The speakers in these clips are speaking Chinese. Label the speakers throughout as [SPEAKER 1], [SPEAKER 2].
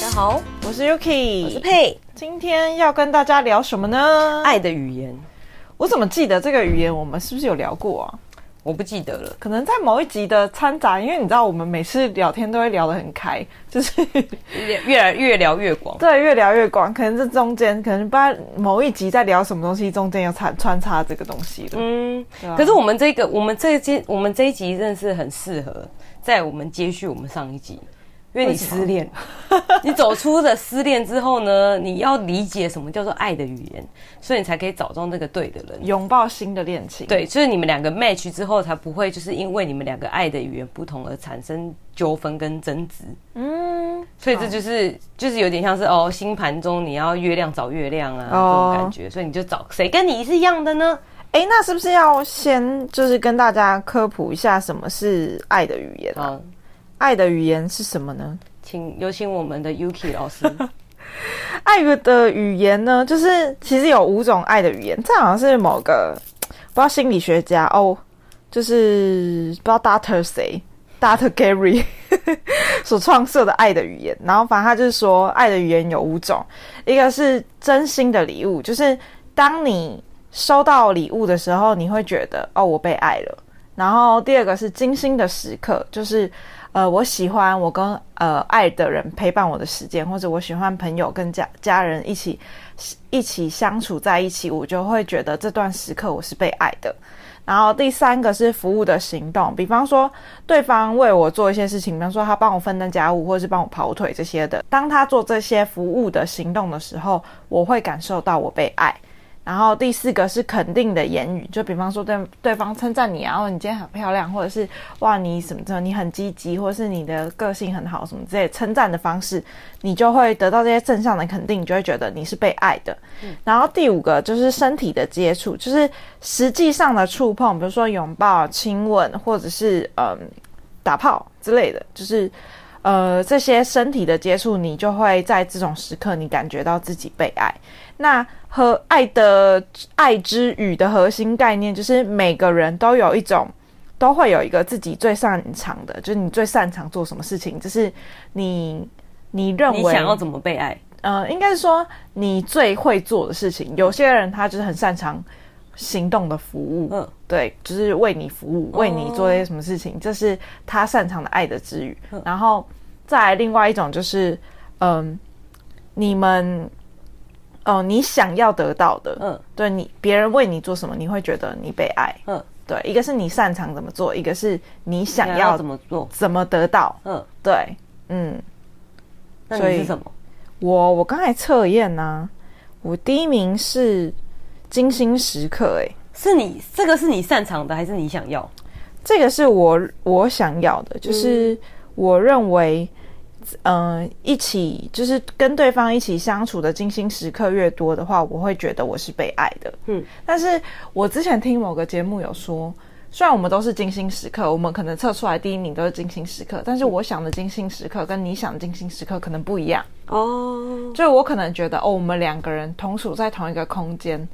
[SPEAKER 1] 大家好，
[SPEAKER 2] 我是 Yuki，
[SPEAKER 1] 我是佩。
[SPEAKER 2] 今天要跟大家聊什么呢？哎，
[SPEAKER 1] 爱的语言，
[SPEAKER 2] 我怎么记得这个语言，我们是不是有聊过啊？
[SPEAKER 1] 我不记得了。
[SPEAKER 2] 可能在某一集的掺杂，因为你知道我们每次聊天都会聊得很开， 就是
[SPEAKER 1] 越越来越聊越广，
[SPEAKER 2] 对越聊越广。可能这中间，可能不知道某一集在聊什么东西，中间有穿穿插这个东西了。
[SPEAKER 1] 嗯
[SPEAKER 2] 啊，
[SPEAKER 1] 可是我们这个，我们这一集，我们这一集真的是很适合在我们接续我们上一集，因为你失恋，你走出了失恋之后呢，你要理解什么叫做爱的语言，所以你才可以找到那个对的人。
[SPEAKER 2] 拥抱新的恋情，，
[SPEAKER 1] 对，所以你们两个 match 之后，才不会就是因为你们两个爱的语言不同而产生纠纷跟争执。
[SPEAKER 2] 嗯，
[SPEAKER 1] 所以这就是就是有点像是哦，星盘中你要月亮找月亮啊、
[SPEAKER 2] 哦
[SPEAKER 1] 这种感觉，所以你就找谁跟你是一样的呢？
[SPEAKER 2] 哎，那是不是要先就是跟大家科普一下什么是爱的语言、啊？
[SPEAKER 1] 好，
[SPEAKER 2] 爱的语言是什么呢？
[SPEAKER 1] 请有请我们的 Yuki 老师。
[SPEAKER 2] 爱的语言呢，就是其实有五种爱的语言，这好像是某个不知道心理学家哦，就是不知道 Doctor 谁 Doctor Gary 所创设的爱的语言。然后反正他就是说，爱的语言有五种，一个是真心的礼物，就是当你收到礼物的时候，你会觉得哦，我被爱了。然后第二个是精心的时刻，就是呃，我喜欢我跟呃爱的人陪伴我的时间，或者我喜欢朋友跟家家人一起一起相处在一起，我就会觉得这段时刻我是被爱的。然后第三个是服务的行动，比方说对方为我做一些事情，比方说他帮我分担家务，或者是帮我跑腿这些的。当他做这些服务的行动的时候，我会感受到我被爱。然后第四个是肯定的言语，就比方说对对方称赞你啊，然后你今天很漂亮，或者是哇你什么的，你很积极，或者是你的个性很好什么之类的称赞的方式，你就会得到这些正向的肯定，你就会觉得你是被爱的。然后第五个就是身体的接触，就是实际上的触碰，比如说拥抱、亲吻，或者是嗯打炮之类的，就是呃这些身体的接触，你就会在这种时刻，你感觉到自己被爱。那和爱的爱之语的核心概念，就是每个人都有一种，都会有一个自己最擅长的，就是你最擅长做什么事情，就是你你认为
[SPEAKER 1] 你想要怎么被爱？
[SPEAKER 2] 呃，应该是说你最会做的事情。有些人他就是很擅长行动的服务，
[SPEAKER 1] 嗯哦
[SPEAKER 2] 对，就是为你服务，为你做一些什么事情，这是他擅长的爱的之语。
[SPEAKER 1] 嗯
[SPEAKER 2] 然后再来另外一种就是，嗯、你们，哦、你想要得到的，
[SPEAKER 1] 嗯，
[SPEAKER 2] 对你别人为你做什么，你会觉得你被爱，
[SPEAKER 1] 嗯，
[SPEAKER 2] 对，一个是你擅长怎么做，一个是你想
[SPEAKER 1] 想
[SPEAKER 2] 要
[SPEAKER 1] 要怎么做？
[SPEAKER 2] 怎么得到，
[SPEAKER 1] 嗯，
[SPEAKER 2] 对，嗯。
[SPEAKER 1] 那
[SPEAKER 2] 所
[SPEAKER 1] 你
[SPEAKER 2] 以
[SPEAKER 1] 是什么？
[SPEAKER 2] 我我刚才测验呢，我第一名是金星时刻、欸，
[SPEAKER 1] 是你这个是你擅长的，还是你想要？
[SPEAKER 2] 这个是我我想要的，就是我认为，嗯、一起就是跟对方一起相处的精心时刻越多的话，我会觉得我是被爱的。嗯
[SPEAKER 1] 嗯，
[SPEAKER 2] 但是我之前听某个节目有说。虽然我们都是精心时刻，我们可能测出来第一名都是精心时刻，但是我想的精心时刻跟你想的精心时刻可能不一样。
[SPEAKER 1] 哦，
[SPEAKER 2] 就我可能觉得哦，我们两个人同处在同一个空间，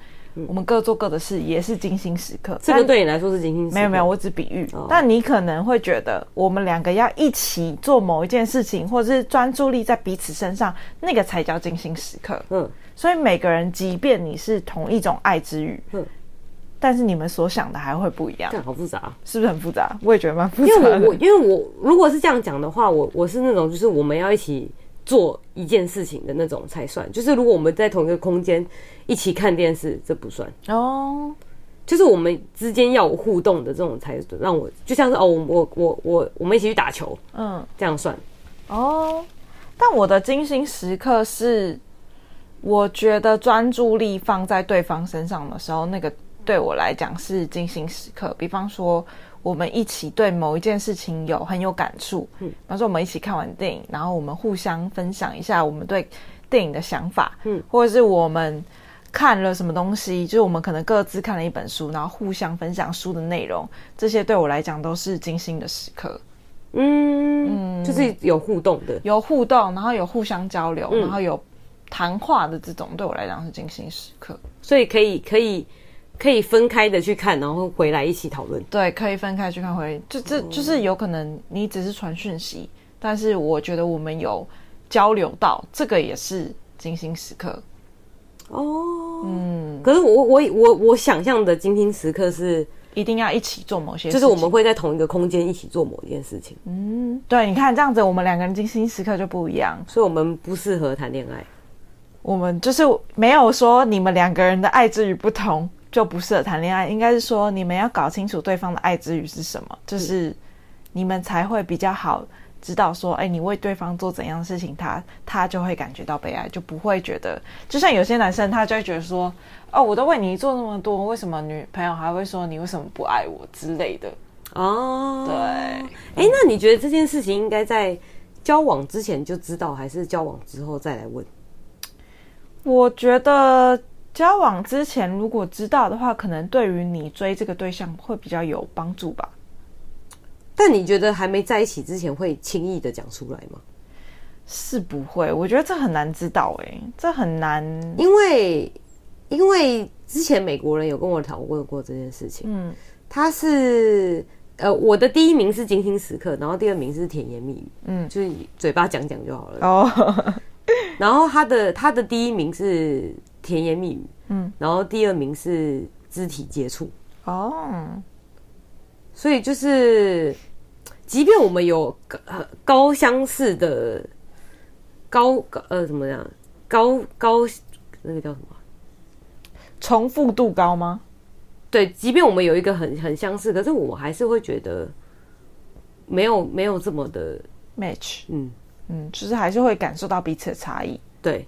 [SPEAKER 2] 我们各做各的事，也是精心时刻。
[SPEAKER 1] 嗯这个
[SPEAKER 2] 但
[SPEAKER 1] 对你来说是精心
[SPEAKER 2] 没有没有，，我只比喻。
[SPEAKER 1] 哦
[SPEAKER 2] 但你可能会觉得我们两个要一起做某一件事情，或者是专注力在彼此身上，那个才叫精心时刻。
[SPEAKER 1] 嗯，
[SPEAKER 2] 所以每个人，即便你是同一种爱之语，
[SPEAKER 1] 嗯
[SPEAKER 2] 但是你们所想的还会不一样，
[SPEAKER 1] 干好复杂啊。
[SPEAKER 2] 是不是很复杂？我也觉得蛮复
[SPEAKER 1] 因
[SPEAKER 2] 杂的。
[SPEAKER 1] 为 我我因为我如果是这样讲的话，我我是那种就是我们要一起做一件事情的那种才算。就是如果我们在同一个空间一起看电视，这不算。
[SPEAKER 2] 哦，
[SPEAKER 1] 就是我们之间要有互动的这种才让我就像是哦，我我我我我们一起去打球，
[SPEAKER 2] 嗯，
[SPEAKER 1] 这样算
[SPEAKER 2] 哦，但我的精心时刻是，我觉得专注力放在对方身上的时候，那个对我来讲是精心时刻。比方说，我们一起对某一件事情有很有感触，嗯，比方说我们一起看完电影，然后我们互相分享一下我们对电影的想法，嗯，或者是我们。看了什么东西，就是我们可能各自看了一本书，然后互相分享书的内容，这些对我来讲都是精心的时刻。
[SPEAKER 1] 嗯，就是有互动的。
[SPEAKER 2] 有互动，然后有互相交流，
[SPEAKER 1] 嗯
[SPEAKER 2] 然后有谈话的这种，对我来讲是精心时刻。
[SPEAKER 1] 所以可以可以可以分开的去看，然后回来一起讨论。
[SPEAKER 2] 对，可以分开去看回，就这
[SPEAKER 1] 嗯
[SPEAKER 2] 就是有可能你只是传讯息，但是我觉得我们有交流到，这个也是精心时刻。
[SPEAKER 1] 哦，
[SPEAKER 2] 嗯，
[SPEAKER 1] 可是我我我我想象的精心时刻是，
[SPEAKER 2] 一定要一起做某些事情，
[SPEAKER 1] 就是我们会在同一个空间一起做某一件事情，
[SPEAKER 2] 嗯，对，你看这样子，我们两个人精心时刻就不一样。
[SPEAKER 1] 所以我们不适合谈恋爱。
[SPEAKER 2] 我们就是没有说你们两个人的爱之与不同就不适合谈恋爱，应该是说你们要搞清楚对方的爱之与是什么，就是你们才会比较好知道说，哎、你为对方做怎样的事情，他他就会感觉到被爱，就不会觉得，就像有些男生他就会觉得说，哦，我都为你做那么多，为什么女朋友还会说你为什么不爱我之类的？
[SPEAKER 1] 哦，
[SPEAKER 2] 对，
[SPEAKER 1] 哎、那你觉得这件事情应该在交往之前就知道，还是交往之后再来问？
[SPEAKER 2] 我觉得交往之前如果知道的话，可能对于你追这个对象会比较有帮助吧。
[SPEAKER 1] 但你觉得还没在一起之前会轻易的讲出来吗？
[SPEAKER 2] 是不会，我觉得这很难知道哎、这很难。
[SPEAKER 1] 因为因为之前美国人有跟我讨论过这件事情，
[SPEAKER 2] 嗯，
[SPEAKER 1] 他是呃我的第一名是精心时刻，然后第二名是甜言蜜语，嗯，
[SPEAKER 2] 嗯
[SPEAKER 1] 就是嘴巴讲讲就好了。
[SPEAKER 2] 哦，
[SPEAKER 1] 然后他的他的第一名是甜言蜜语，嗯
[SPEAKER 2] 嗯，
[SPEAKER 1] 然后第二名是肢体接触，
[SPEAKER 2] 哦，
[SPEAKER 1] 所以就是即便我们有高呃高相似的高高呃怎么样高高那个叫什么？
[SPEAKER 2] 重复度高吗？
[SPEAKER 1] 对，即便我们有一个很很相似，可是我还是会觉得没有没有这么的，
[SPEAKER 2] match，
[SPEAKER 1] 嗯，
[SPEAKER 2] 嗯，就是还是会感受到彼此的差异。
[SPEAKER 1] 对，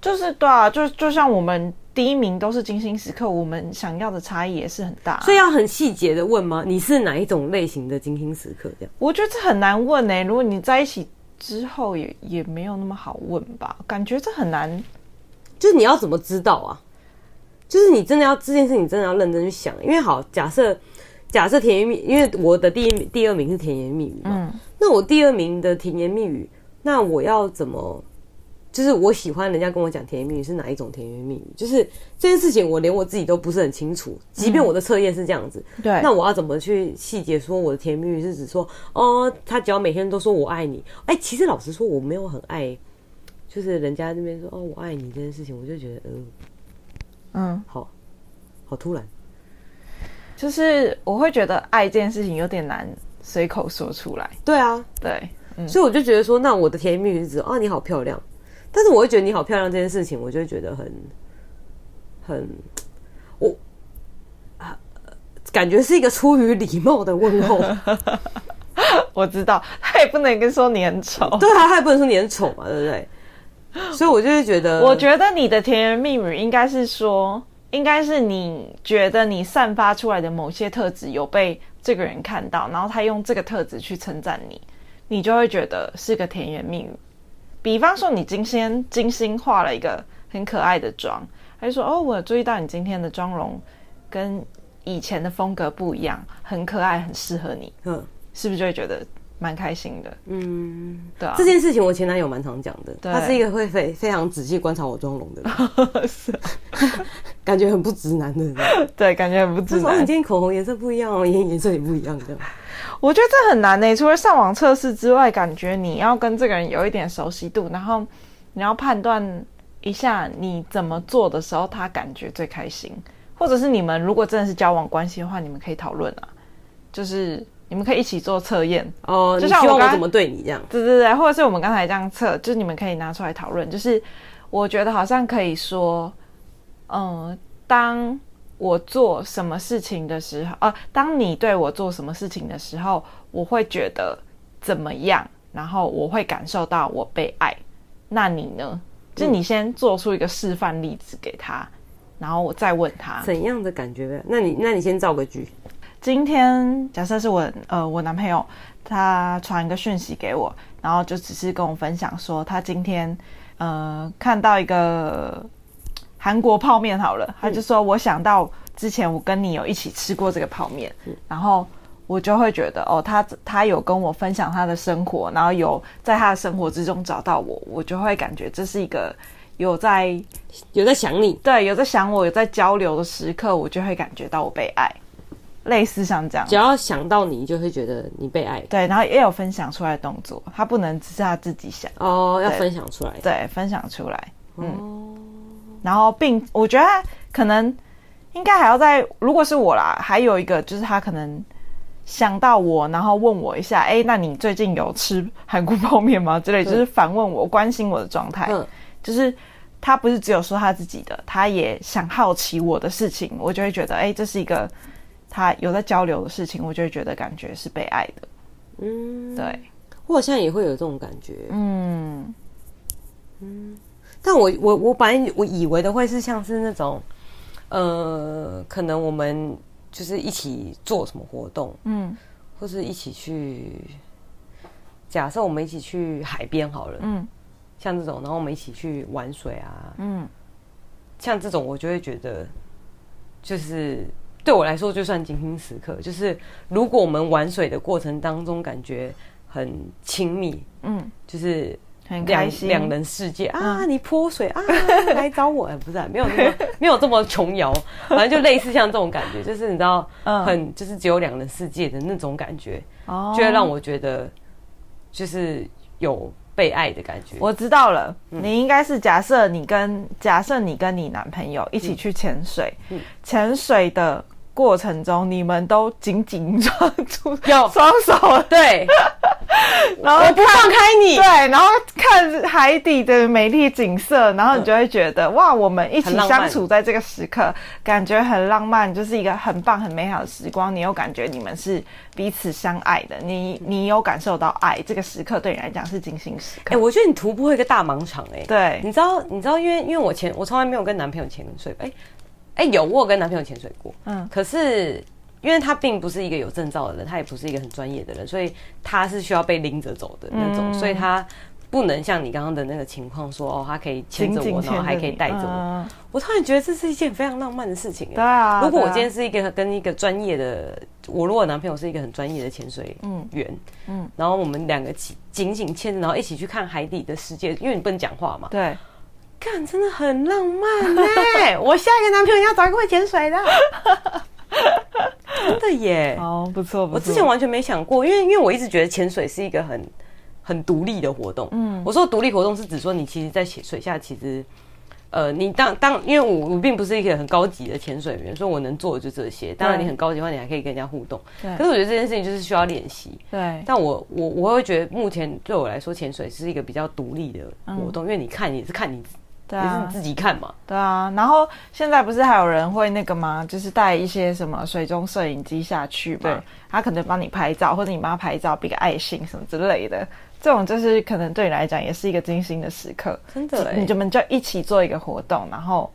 [SPEAKER 2] 就是对啊，就就像我们第一名都是精心时刻，我们想要的差异也是很大、
[SPEAKER 1] 所以要很细节的问吗？你是哪一种类型的精心时刻？这样，
[SPEAKER 2] 我觉得这很难问哎、如果你在一起之后也也没有那么好问吧，感觉这很难。
[SPEAKER 1] 就是你要怎么知道啊？就是你真的要这件事，你真的要认真去想，因为好，假设假设甜言蜜，因为我的第一名第二名是甜言蜜语嘛，那我第二名的甜言蜜语，那我要怎么？就是我喜欢人家跟我讲甜言蜜语是哪一种甜言蜜语，就是这件事情我连我自己都不是很清楚，即便我的测验是这样子，
[SPEAKER 2] 对，
[SPEAKER 1] 那我要怎么去细节说我的甜言蜜语是指说，哦，他只要每天都说我爱你，哎、其实老实说我没有很爱，就是人家那边说哦我爱你这件事情，我就觉得嗯、
[SPEAKER 2] 嗯，
[SPEAKER 1] 好，好突然，
[SPEAKER 2] 就是我会觉得爱这件事情有点难随口说出来。
[SPEAKER 1] 对啊，
[SPEAKER 2] 对，嗯，
[SPEAKER 1] 所以我就觉得说，那我的甜言蜜语是指哦你好漂亮，但是我会觉得你好漂亮这件事情，我就会觉得很很我。啊感觉是一个出于礼貌的问候，
[SPEAKER 2] 我知道，他也不能跟说你很丑。
[SPEAKER 1] 对啊，他也不能说你很丑嘛，对不对？所以我就会觉得，
[SPEAKER 2] 我觉得你的甜言蜜语应该是说，应该是你觉得你散发出来的某些特质有被这个人看到，然后他用这个特质去称赞你，你就会觉得是个甜言蜜语。比方说，你今天精心化了一个很可爱的妆，他就说：“哦，我有注意到你今天的妆容跟以前的风格不一样，很可爱，很适合你。
[SPEAKER 1] 嗯。”
[SPEAKER 2] 是不是就会觉得蛮开心的？
[SPEAKER 1] 嗯，
[SPEAKER 2] 对啊，
[SPEAKER 1] 这 件事情我前男友蛮常讲的，
[SPEAKER 2] 对
[SPEAKER 1] 他是一个会非非常仔细观察我妆容的人，
[SPEAKER 2] 是
[SPEAKER 1] 感觉很不直男的人。
[SPEAKER 2] 对，感觉很不
[SPEAKER 1] 他
[SPEAKER 2] 自
[SPEAKER 1] 说：“哦，你
[SPEAKER 2] 然
[SPEAKER 1] 今。天口红颜色不一样哦，眼影颜色也不一样，这样。
[SPEAKER 2] 我觉得这很难呢、除了上网测试之外，感觉你要跟这个人有一点熟悉度，然后你要判断一下你怎么做的时候他感觉最开心，或者是你们如果真的是交往关系的话，你们可以讨论啊，就是你们可以一起做测验，”
[SPEAKER 1] 哦，你
[SPEAKER 2] 就
[SPEAKER 1] 希
[SPEAKER 2] 像
[SPEAKER 1] 望
[SPEAKER 2] 我
[SPEAKER 1] 我
[SPEAKER 2] 刚
[SPEAKER 1] 怎么对你这样？
[SPEAKER 2] 对对对，或者是我们刚才这样测，就是你们可以拿出来讨论。就是我觉得好像可以说，嗯，当我做什么事情的时候，呃，当你对我做什么事情的时候，我会觉得怎么样，然后我会感受到我被爱。那你呢？就你先做出一个示范例子给他，然后我再问他。
[SPEAKER 1] 怎样的感觉？那你那你先造个句，
[SPEAKER 2] 今天假设是我呃我男朋友他传一个讯息给我，然后就只是跟我分享说他今天呃看到一个韩国泡面好了，他就说我想到之前我跟你有一起吃过这个泡面，然后我就会觉得哦他他有跟我分享他的生活，然后有在他的生活之中找到我，我就会感觉这是一个有在
[SPEAKER 1] 有在想你，
[SPEAKER 2] 对有在想我有在交流的时刻，我就会感觉到我被爱。类似像这样
[SPEAKER 1] 只，要想到你就会觉得你被爱
[SPEAKER 2] 对，然后也有分享出来的动作，他不能只是他自己想，
[SPEAKER 1] 哦，要
[SPEAKER 2] 对
[SPEAKER 1] 分享出来。
[SPEAKER 2] 对，分享出来，
[SPEAKER 1] 哦，
[SPEAKER 2] 然后并我觉得他可能应该还要在，如果是我啦，还有一个就是他可能想到我，然后问我一下，哎，那你最近有吃韩国泡面吗？之类，就是反问我，关心我的状态，
[SPEAKER 1] 嗯
[SPEAKER 2] 就是。他不是只有说他自己的，他也想好奇我的事情，我就会觉得，哎、这是一个他有在交流的事情，我就会觉得感觉是被爱的，
[SPEAKER 1] 嗯，
[SPEAKER 2] 对，
[SPEAKER 1] 我好像也会有这种感觉，
[SPEAKER 2] 嗯。
[SPEAKER 1] 但我我我本来我以为的会是像是那种，呃，可能我们就是一起做什么活动，
[SPEAKER 2] 嗯
[SPEAKER 1] 或是一起去，假设我们一起去海边好了，
[SPEAKER 2] 嗯
[SPEAKER 1] 像这种，然后我们一起去玩水啊，
[SPEAKER 2] 嗯
[SPEAKER 1] 像这种我就会觉得，就是对我来说就算精心时刻，就是如果我们玩水的过程当中感觉很亲密，
[SPEAKER 2] 嗯，
[SPEAKER 1] 就是
[SPEAKER 2] 很
[SPEAKER 1] 两
[SPEAKER 2] 开心。嗯
[SPEAKER 1] 两人世界啊，你泼水 啊，来找我，哎不是、啊、没有那么没有这么琼瑶，反正就类似像这种感觉，就是你知道，
[SPEAKER 2] 嗯
[SPEAKER 1] 很就是只有两人世界的那种感觉，
[SPEAKER 2] 哦
[SPEAKER 1] 就会让我觉得就是有被爱的感觉。
[SPEAKER 2] 我知道了，
[SPEAKER 1] 嗯
[SPEAKER 2] 你应该是假设你跟假设你跟你男朋友一起去潜水
[SPEAKER 1] 嗯嗯，
[SPEAKER 2] 潜、水的过程中，你们都紧紧抓住
[SPEAKER 1] 有
[SPEAKER 2] 双手，
[SPEAKER 1] 对，
[SPEAKER 2] 然后
[SPEAKER 1] 我哦不放开你
[SPEAKER 2] 对，，然后看海底的美丽景色，然后你就会觉得、哇，我们一起
[SPEAKER 1] 嗯很浪漫
[SPEAKER 2] 相处在这个时刻，感觉很浪漫，就是一个很棒、很美好的时光。你又感觉你们是彼此相爱的，你你有感受到爱，这个时刻对你来讲是精心时
[SPEAKER 1] 哎、
[SPEAKER 2] 刻。
[SPEAKER 1] 我觉得你突破一个大盲场、哎，
[SPEAKER 2] 对
[SPEAKER 1] 你知道，你知道，因为因为我前我从来没有跟男朋友潜水，哎、哎、有我有跟男朋友潜水过，
[SPEAKER 2] 嗯
[SPEAKER 1] 可是因为他并不是一个有证照的人，他也不是一个很专业的人，所以他是需要被拎着走的那种，
[SPEAKER 2] 嗯
[SPEAKER 1] 所以他不能像你刚刚的那个情况说，哦，他可以牵着我，然后还可以带着我。
[SPEAKER 2] 嗯
[SPEAKER 1] 我突然觉得这是一件非常浪漫的事情、哎
[SPEAKER 2] 对啊
[SPEAKER 1] 如果我
[SPEAKER 2] 对啊
[SPEAKER 1] 今天是一个跟一个专业的，我如果男朋友是一个很专业的潜水员，嗯，然后我们两个紧紧紧牵着，然后一起去看海底的世界，因为你不能讲话嘛，
[SPEAKER 2] 对，
[SPEAKER 1] 干真的很浪漫哎、我下一个男朋友要找一个会潜水的，真的耶！
[SPEAKER 2] 哦，不错不错。
[SPEAKER 1] 我之前完全没想过，因为因为我一直觉得潜水是一个很很独立的活动。嗯，我说独立活动是指说你其实在水水下其实。呃，你当当，因为我我并不是一个很高级的潜水员，所以我能做的就这些。当然，
[SPEAKER 2] 对
[SPEAKER 1] 你很高级的话，你还可以跟人家互动。
[SPEAKER 2] 对
[SPEAKER 1] 可是我觉得这件事情就是需要练习。
[SPEAKER 2] 对
[SPEAKER 1] 但我我我会觉得，目前对我来说，潜水是一个比较独立的活动，因为你看也是看你
[SPEAKER 2] 嗯对
[SPEAKER 1] 也是
[SPEAKER 2] 啊
[SPEAKER 1] 你自己看嘛。
[SPEAKER 2] 对啊，然后现在不是还有人会那个吗？就是带一些什么水中摄影机下去嘛
[SPEAKER 1] 对，
[SPEAKER 2] 他可能帮你拍照，或者你帮他拍照，比个爱心什么之类的。这种就是可能对你来讲也是一个精心的时刻，
[SPEAKER 1] 真的欸
[SPEAKER 2] 你就们就一起做一个活动，然后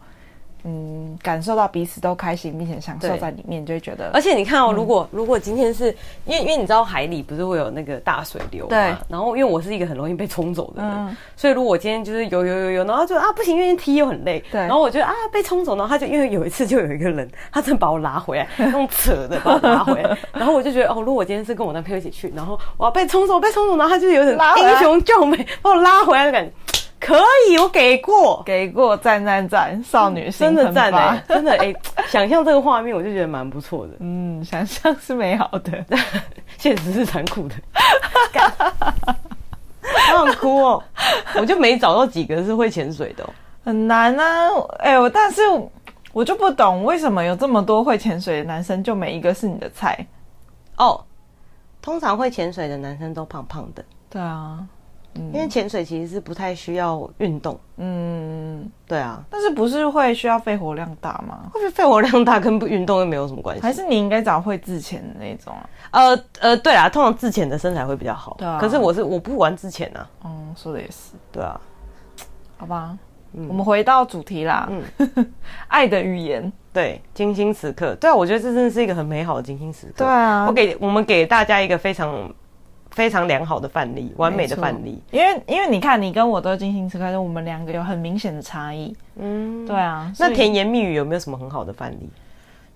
[SPEAKER 2] 嗯，感受到彼此都开心，并且享受
[SPEAKER 1] 对
[SPEAKER 2] 在里面，你就会觉得
[SPEAKER 1] 而且你看
[SPEAKER 2] 嗯
[SPEAKER 1] 哦，如果如果今天是因为因为你知道海里不是会有那个大水流嘛，
[SPEAKER 2] 对
[SPEAKER 1] 然后因为我是一个很容易被冲走的人，
[SPEAKER 2] 嗯
[SPEAKER 1] 所以如果我今天就是游游游游，然后就啊不行，因为踢又很累，
[SPEAKER 2] 对
[SPEAKER 1] 然后我觉得啊被冲走，然后他就因为有一次就有一个人，他真的把我拉回来，用扯的把我拉 回来，然后我就觉得哦，如果我今天是跟我男朋友一起去，然后我要被冲走被冲走，然后他就有点
[SPEAKER 2] 拉回来
[SPEAKER 1] 英雄救美把我拉回来的感觉，可以，我给过，
[SPEAKER 2] 给过赞赞赞，少女心
[SPEAKER 1] 真的
[SPEAKER 2] 喷
[SPEAKER 1] 赞
[SPEAKER 2] 发
[SPEAKER 1] 哎、真的哎、想象这个画面我就觉得蛮不错的。
[SPEAKER 2] 嗯，想象是美好的。
[SPEAKER 1] 现实是残酷的， 好想哭哦！我就没找到几个是会潜水的、哦，
[SPEAKER 2] 很难啊，哎、我但是我就不懂为什么有这么多会潜水的男生，就没一个是你的菜。
[SPEAKER 1] 哦。通常会潜水的男生都胖胖的，
[SPEAKER 2] 对啊，
[SPEAKER 1] 因为潜水其实是不太需要运动。
[SPEAKER 2] 嗯，
[SPEAKER 1] 对啊，
[SPEAKER 2] 但是不是会需要肺活量大吗？
[SPEAKER 1] 会不会肺活量大跟不运动又没有什么关系？
[SPEAKER 2] 还是你应该找会自潜的那种啊？
[SPEAKER 1] 呃呃，对啦，通常自潜的身材会比较好。
[SPEAKER 2] 对啊
[SPEAKER 1] 可是我是我不玩自潜啊。
[SPEAKER 2] 嗯，说的也是，嗯
[SPEAKER 1] 对啊，
[SPEAKER 2] 好吧。我们回到主题啦，嗯 爱的语言。
[SPEAKER 1] 对，精心时刻，对啊，我觉得这真的是一个很美好的精心时刻。
[SPEAKER 2] 对啊
[SPEAKER 1] 我给我们给大家一个非常非常良好的范例，完美的范例。
[SPEAKER 2] 因为因为你看，你跟我都精心吃开，但我们两个有很明显的差异。
[SPEAKER 1] 嗯，
[SPEAKER 2] 对啊，所
[SPEAKER 1] 那
[SPEAKER 2] 以
[SPEAKER 1] 甜言蜜语有没有什么很好的范例？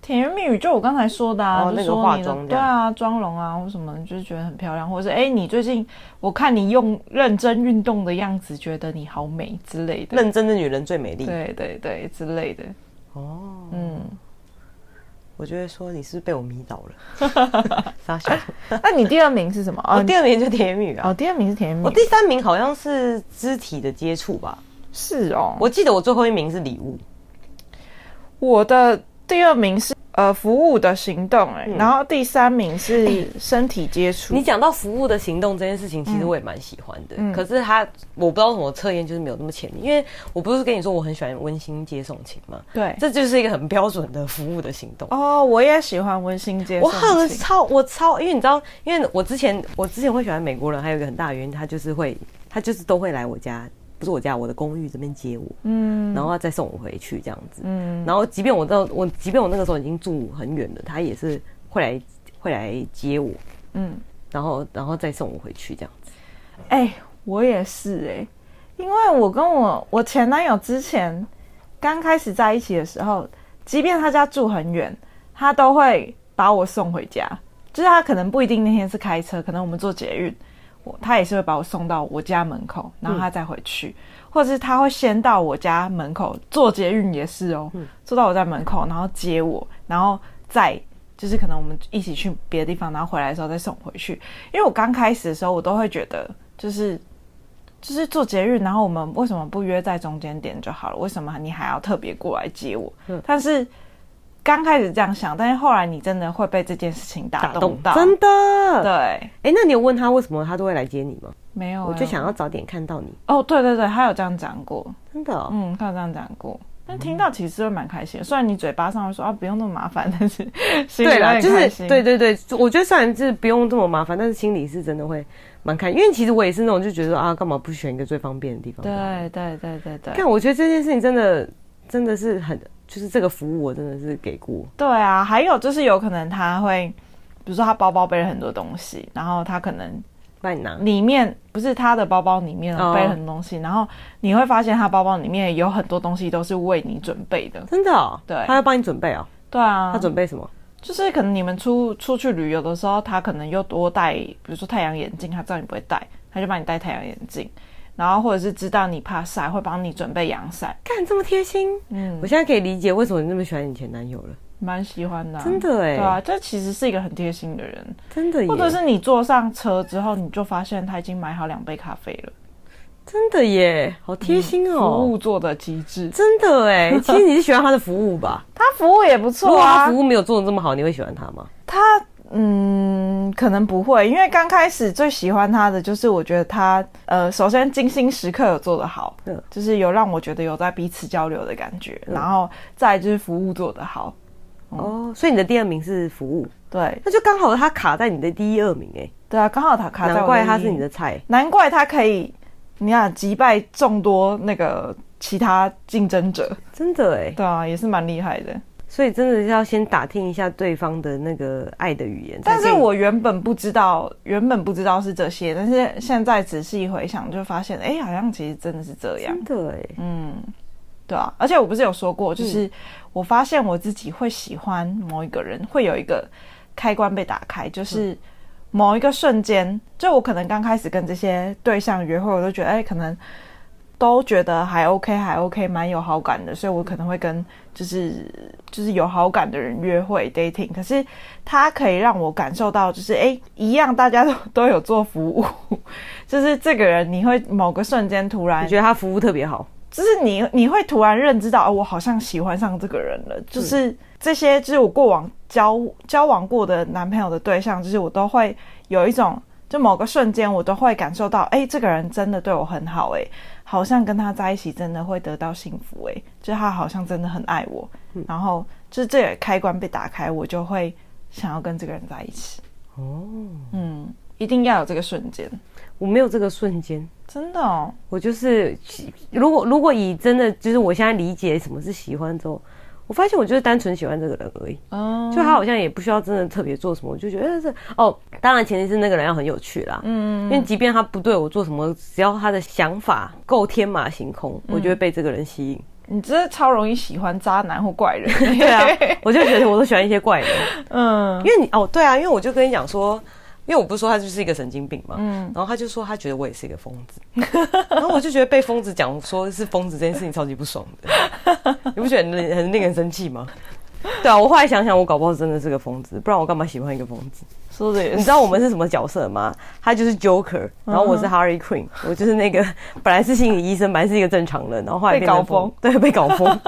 [SPEAKER 2] 甜言蜜语就我刚才说的啊，
[SPEAKER 1] 哦
[SPEAKER 2] 就
[SPEAKER 1] 那个
[SPEAKER 2] 说
[SPEAKER 1] 化
[SPEAKER 2] 你的
[SPEAKER 1] 妆这
[SPEAKER 2] 对
[SPEAKER 1] 样
[SPEAKER 2] 啊，妆容啊或什么，就是觉得很漂亮，或者是哎、你最近我看你用认真运动的样子，觉得你好美之类的。
[SPEAKER 1] 认真的女人最美丽。
[SPEAKER 2] 对对对之类的，
[SPEAKER 1] 哦，
[SPEAKER 2] 嗯，
[SPEAKER 1] 我就会说你是不是被我迷倒了， 傻笑。
[SPEAKER 2] 那你第二名是什么？
[SPEAKER 1] 我
[SPEAKER 2] 哦，
[SPEAKER 1] 第二名就甜言蜜语啊
[SPEAKER 2] 哦，，第二名是甜言蜜
[SPEAKER 1] 我
[SPEAKER 2] 语，
[SPEAKER 1] 第三名好像是肢体的接触吧。
[SPEAKER 2] 是哦，我
[SPEAKER 1] 我记得我最后一名是礼物，
[SPEAKER 2] 我的第二名是呃服务的行动、哎、然后第三名是身体接触，
[SPEAKER 1] 嗯你讲到服务的行动这件事情，其实我也蛮喜欢的。可是他，我不知道为什么测验就是没有那么前面，因为我不是跟你说我很喜欢温馨接送情吗？
[SPEAKER 2] 对
[SPEAKER 1] 这就是一个很标准的服务的行动。
[SPEAKER 2] 哦，我也喜欢温馨接
[SPEAKER 1] 我
[SPEAKER 2] 送
[SPEAKER 1] 很
[SPEAKER 2] 情
[SPEAKER 1] 超，我超，因为你知道，因为我之前我之前会喜欢美国人，还有一个很大的原因，他就是会，他就是都会来我家，不是我家，我的公寓这边接我，
[SPEAKER 2] 嗯
[SPEAKER 1] 然后他再送我回去这样子。
[SPEAKER 2] 嗯
[SPEAKER 1] 然后即便我到我，即便我那个时候已经住很远了，他也是会来会来接我，
[SPEAKER 2] 嗯，
[SPEAKER 1] 然后然后再送我回去这样子。
[SPEAKER 2] 哎、我也是哎、因为我跟我我前男友之前刚开始在一起的时候，即便他家住很远，他都会把我送回家。就是他可能不一定那天是开车，可能我们坐捷运，我他也是会把我送到我家门口，然
[SPEAKER 1] 嗯
[SPEAKER 2] 后他再回去，或者是他会先到我家门口坐捷运也是哦，
[SPEAKER 1] 嗯
[SPEAKER 2] 坐到我家门口，然后接我，然后再就是可能我们一起去别的地方，然后回来的时候再送回去。因为我刚开始的时候，我都会觉得就是就是做节日，然后我们为什么不约在中间点就好了？为什么你还要特别过来接我？
[SPEAKER 1] 嗯
[SPEAKER 2] 但是刚开始这样想，但是后来你真的会被这件事情打动到，
[SPEAKER 1] 真的。
[SPEAKER 2] 对，
[SPEAKER 1] 哎、那你有问他为什么他都会来接你吗？
[SPEAKER 2] 没有欸、
[SPEAKER 1] 我就想要早点看到你，
[SPEAKER 2] 哦，对对对，他有这样讲过，
[SPEAKER 1] 真的、哦。
[SPEAKER 2] 嗯，他有这样讲过。但听到其实会蛮开心的，虽然你嘴巴上会说啊不用那么麻烦，但是心里
[SPEAKER 1] 嗯对啦，
[SPEAKER 2] 会很
[SPEAKER 1] 就
[SPEAKER 2] 开
[SPEAKER 1] 是
[SPEAKER 2] 心
[SPEAKER 1] 对对对，我觉得虽然是不用这么麻烦，但是心里是真的会蛮开，因为其实我也是那种就觉得啊，干嘛不选一个最方便的地方？
[SPEAKER 2] 对对对对对，
[SPEAKER 1] 看我觉得这件事情真的真的是很，就是这个服务我真的是给过，
[SPEAKER 2] 对啊，还有就是有可能他会，比如说他包包背了很多东西，然后他可能
[SPEAKER 1] 帮你拿。
[SPEAKER 2] 里面不是他的包包里面
[SPEAKER 1] 哦
[SPEAKER 2] 背了很多东西，然后你会发现他包包里面有很多东西都是为你准备的。
[SPEAKER 1] 真的哦，
[SPEAKER 2] 对
[SPEAKER 1] 他要帮你准备哦，
[SPEAKER 2] 对啊，
[SPEAKER 1] 他准备什么？
[SPEAKER 2] 就是可能你们出出去旅游的时候，他可能又多带，比如说太阳眼镜，他知道你不会戴，他就帮你戴太阳眼镜，然后或者是知道你怕晒，会帮你准备阳伞。
[SPEAKER 1] 看这么贴心，
[SPEAKER 2] 嗯
[SPEAKER 1] 我，现在可以理解为什么你那么喜欢你前男友了，
[SPEAKER 2] 蛮喜欢的啊、
[SPEAKER 1] 真的
[SPEAKER 2] 对
[SPEAKER 1] 哎
[SPEAKER 2] 啊，这其实是一个很贴心的人，
[SPEAKER 1] 真的耶，
[SPEAKER 2] 或者是你坐上车之后，你就发现他已经买好两杯咖啡了，
[SPEAKER 1] 真的耶，好贴心哦，
[SPEAKER 2] 嗯服务做的极致。
[SPEAKER 1] 真的哎， 其实你是喜欢他的服务吧？
[SPEAKER 2] 他服务也不
[SPEAKER 1] 如
[SPEAKER 2] 错
[SPEAKER 1] 果他
[SPEAKER 2] 啊
[SPEAKER 1] 服，务没有做的这么好，你会喜欢他吗？
[SPEAKER 2] 他嗯，可能不会，因为刚开始最喜欢他的就是，我觉得他呃，首先精心时刻有做得好，
[SPEAKER 1] 嗯
[SPEAKER 2] 就是有让我觉得有在彼此交流的感觉，然后再来就是服务做得好，
[SPEAKER 1] 哦，所以你的第二名是服务，
[SPEAKER 2] 对
[SPEAKER 1] 那就刚好他卡在你的第一二名哎，
[SPEAKER 2] 对啊，刚好他卡在我
[SPEAKER 1] 难怪
[SPEAKER 2] 的
[SPEAKER 1] 他
[SPEAKER 2] 阴
[SPEAKER 1] 是
[SPEAKER 2] 影
[SPEAKER 1] 你的，菜，
[SPEAKER 2] 难怪他可以，你看击败众多那个其他竞争者，
[SPEAKER 1] 真的哎，
[SPEAKER 2] 对啊，也是蛮厉害的。
[SPEAKER 1] 所以真的是要先打听一下对方的那个爱的语言，
[SPEAKER 2] 但
[SPEAKER 1] 才
[SPEAKER 2] 是
[SPEAKER 1] 可以
[SPEAKER 2] 我原本不知道，原本不知道是这些，但是现在仔细回想，就发现，哎、好像其实真的是这样
[SPEAKER 1] 真。的哎，
[SPEAKER 2] 嗯，对啊，而且我不是有说过，就是我发现我自己会喜欢某一个人，会有一个开关被打开，就是某一个瞬间，就我可能刚开始跟这些对象约会，我都觉得哎、可能都觉得还 OK，还 OK，蛮有好感的，所以我可能会跟就是就是有好感的人约会 dating，可是他可以让我感受到，就是哎、一样大家都都有做服务， 就是这个人你会某个瞬间突然
[SPEAKER 1] 你觉得他服务特别好，
[SPEAKER 2] 就是你你会突然认知到，哦，我好像喜欢上这个人了。就是这些，就是我过往交交往过的男朋友的对象，就是我都会有一种就某个瞬间，我都会感受到，哎、这个人真的对我很好、哎，好像跟他在一起真的会得到幸福、哎，就是他好像真的很爱我。然后就是这个开关被打开，我就会想要跟这个人在一起。
[SPEAKER 1] 哦，
[SPEAKER 2] 嗯，一定要有这个瞬间，
[SPEAKER 1] 我没有这个瞬间，
[SPEAKER 2] 真的哦。
[SPEAKER 1] 我就是如果如果以真的就是我现在理解什么是喜欢之后，我发现我就是单纯喜欢这个人而已，
[SPEAKER 2] 嗯，
[SPEAKER 1] 就他好像也不需要真的特别做什么，我就觉得哎这哦，当然前提是那个人要很有趣啦，嗯，因为即便他不对我做什么，只要他的想法够天马行空，我就会被这个人吸 引。
[SPEAKER 2] 你真的超容易喜欢渣男或怪人。
[SPEAKER 1] 对啊，我就觉得我都喜欢一些 怪人，
[SPEAKER 2] 嗯
[SPEAKER 1] 因为你哦对啊，因为我就跟你讲说。因为我不是说他就是一个神经病嘛，
[SPEAKER 2] 嗯
[SPEAKER 1] 然后他就说他觉得我也是一个疯子，然后我就觉得被疯子讲说是疯子这件事情超级不爽的，你不觉得很令很令人生气吗？对啊，我后来想想，我搞不好真的是个疯子，不然我干嘛喜欢一个疯子？
[SPEAKER 2] 说的也
[SPEAKER 1] 你知
[SPEAKER 2] 是。
[SPEAKER 1] 道我们是什么角色吗？他就是
[SPEAKER 2] 嗯
[SPEAKER 1] Joker，然后我是 Harry Quinn，、我就是 那个本来是心理医生，本来是一个正常人，然后后来
[SPEAKER 2] 被
[SPEAKER 1] 变成
[SPEAKER 2] 搞疯
[SPEAKER 1] 对，被搞 疯，,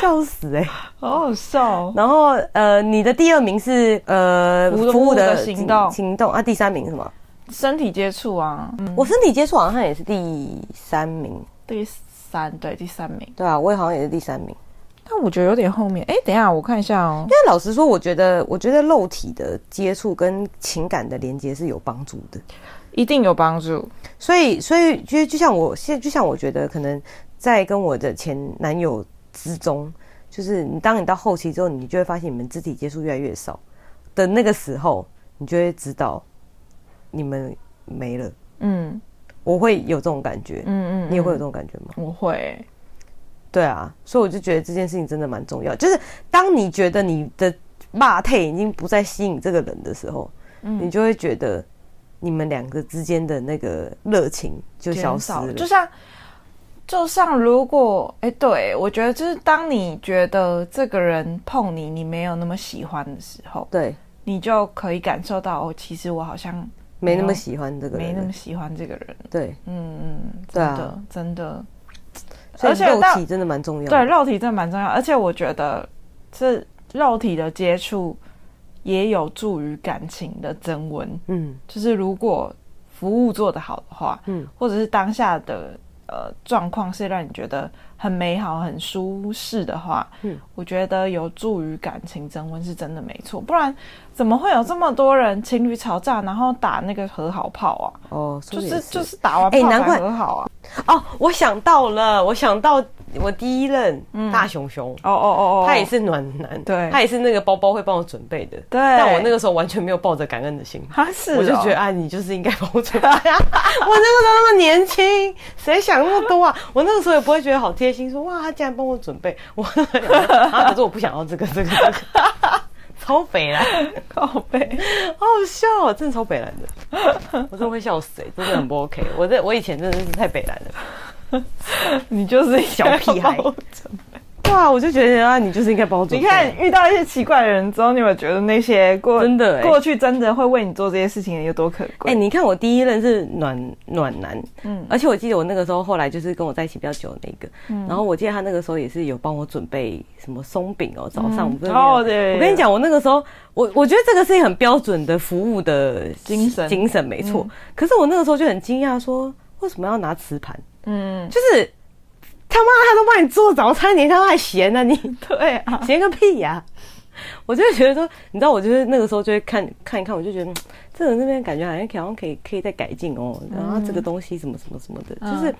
[SPEAKER 1] 笑死哎、
[SPEAKER 2] 好好笑、哦。
[SPEAKER 1] 然后呃，你的第二名是呃
[SPEAKER 2] 服务的行动
[SPEAKER 1] 行动啊，第三名是什么？
[SPEAKER 2] 身体接触啊，嗯，
[SPEAKER 1] 我身体接触好像也是第三名，
[SPEAKER 2] 第三对第三名，
[SPEAKER 1] 对啊，我也好像也是第三名。
[SPEAKER 2] 但我觉得有点后面。哎、等一下我看一下哦。
[SPEAKER 1] 但老实说，我觉得我觉得肉体的接触跟情感的连接是有帮助的。
[SPEAKER 2] 一定有帮助。
[SPEAKER 1] 所以，所以就就像我现在，就像我觉得可能在跟我的前男友之中，就是你当你到后期之后，你就会发现你们肢体接触越来越少的那个时候，你就会知道你们没了。
[SPEAKER 2] 嗯
[SPEAKER 1] 我会有这种感觉，
[SPEAKER 2] 嗯嗯，
[SPEAKER 1] 你也会有这种感觉吗？
[SPEAKER 2] 我会，
[SPEAKER 1] 对啊，所以我就觉得这件事情真的蛮重要。就是当你觉得你的骂配已经不再吸引这个人的时候，
[SPEAKER 2] 嗯
[SPEAKER 1] 你就会觉得你们两个之间的那个热情就消
[SPEAKER 2] 减
[SPEAKER 1] 失
[SPEAKER 2] 少
[SPEAKER 1] 了。
[SPEAKER 2] 就像就像如果哎、对我觉得就是当你觉得这个人碰你，你没有那么喜欢的时候，
[SPEAKER 1] 对，
[SPEAKER 2] 你就可以感受到哦，其实我好像
[SPEAKER 1] 没那么喜欢这个
[SPEAKER 2] 没
[SPEAKER 1] 人
[SPEAKER 2] 那
[SPEAKER 1] 了
[SPEAKER 2] 么。喜欢这个人。
[SPEAKER 1] 对，
[SPEAKER 2] 嗯嗯，真
[SPEAKER 1] 对啊
[SPEAKER 2] 的、真的，
[SPEAKER 1] 所以
[SPEAKER 2] 而且
[SPEAKER 1] 肉
[SPEAKER 2] 到
[SPEAKER 1] 体真的蛮重要
[SPEAKER 2] 对
[SPEAKER 1] 的。
[SPEAKER 2] 肉体真的蛮重要，而且我觉得这肉体的接触也有助于感情的增温。
[SPEAKER 1] 嗯，
[SPEAKER 2] 就是如果服务做得好的话，
[SPEAKER 1] 嗯
[SPEAKER 2] 嗯，或者是当下的呃状况是让你觉得很美好、很舒适的话，
[SPEAKER 1] 嗯
[SPEAKER 2] 嗯，我觉得有助于感情增温是真的没错，不然怎么会有这么多人情侣吵架然后打那个和好炮啊？
[SPEAKER 1] 哦，
[SPEAKER 2] 就
[SPEAKER 1] 说得也
[SPEAKER 2] 是
[SPEAKER 1] 是
[SPEAKER 2] 就是打完
[SPEAKER 1] 哎
[SPEAKER 2] 炮才
[SPEAKER 1] 难怪
[SPEAKER 2] 和好啊！
[SPEAKER 1] 哦，我想到了，我想到我第一任大熊熊，
[SPEAKER 2] 哦哦哦哦，
[SPEAKER 1] 他也是暖男，
[SPEAKER 2] 对
[SPEAKER 1] 他也是那个包包会帮我准备的，
[SPEAKER 2] 对
[SPEAKER 1] 但我那个时候完全没有抱着感恩的心，
[SPEAKER 2] 他是哦、
[SPEAKER 1] 我就觉 得啊，你就是应该帮我准 备。我那个时候那么年轻，谁想那么多啊？我那个时候也不会觉得好贴心，说哇，他竟然帮我准备，我 啊，可是我不想要这个这个这个， 超北蓝，
[SPEAKER 2] 靠背，
[SPEAKER 1] 好好笑哦，真的超北蓝的， 我真的会笑死哎、真的很不 OK。我这我以前真的是太北蓝了，
[SPEAKER 2] 你就是
[SPEAKER 1] 小屁 孩
[SPEAKER 2] 要抱
[SPEAKER 1] 对啊，我就觉得啊，你就是应该帮我准
[SPEAKER 2] 你
[SPEAKER 1] 备。
[SPEAKER 2] 看，遇到一些奇怪的人之后，你有没有觉得那些过
[SPEAKER 1] 真的欸
[SPEAKER 2] 过去真的会为你做这些事情的人有多可
[SPEAKER 1] 哎、
[SPEAKER 2] 贵？
[SPEAKER 1] 你看我第一任是暖暖男，嗯
[SPEAKER 2] 嗯，
[SPEAKER 1] 而且我记得我那个时候后来就是跟我在一起比较久的那个，然后我记得他那个时候也是有帮我准备什么松饼哦，早上我们、
[SPEAKER 2] 嗯哦对
[SPEAKER 1] 我跟你讲，我那个时候我我觉得这个是一个很标准的服务的
[SPEAKER 2] 精神
[SPEAKER 1] 精神嗯没错，可是我那个时候就很惊讶说，为什么要拿瓷盘？
[SPEAKER 2] 嗯，
[SPEAKER 1] 就是他妈他都帮你做早餐，你他妈还嫌呢、你
[SPEAKER 2] 对啊，
[SPEAKER 1] 闲个屁呀、我就会觉得说，你知道，我就是那个时候就会看看一看，我就觉得嗯这人这边感觉好像可以好像可以可以再改进哦，然后这个东西什么什么什么的，
[SPEAKER 2] 嗯
[SPEAKER 1] 就是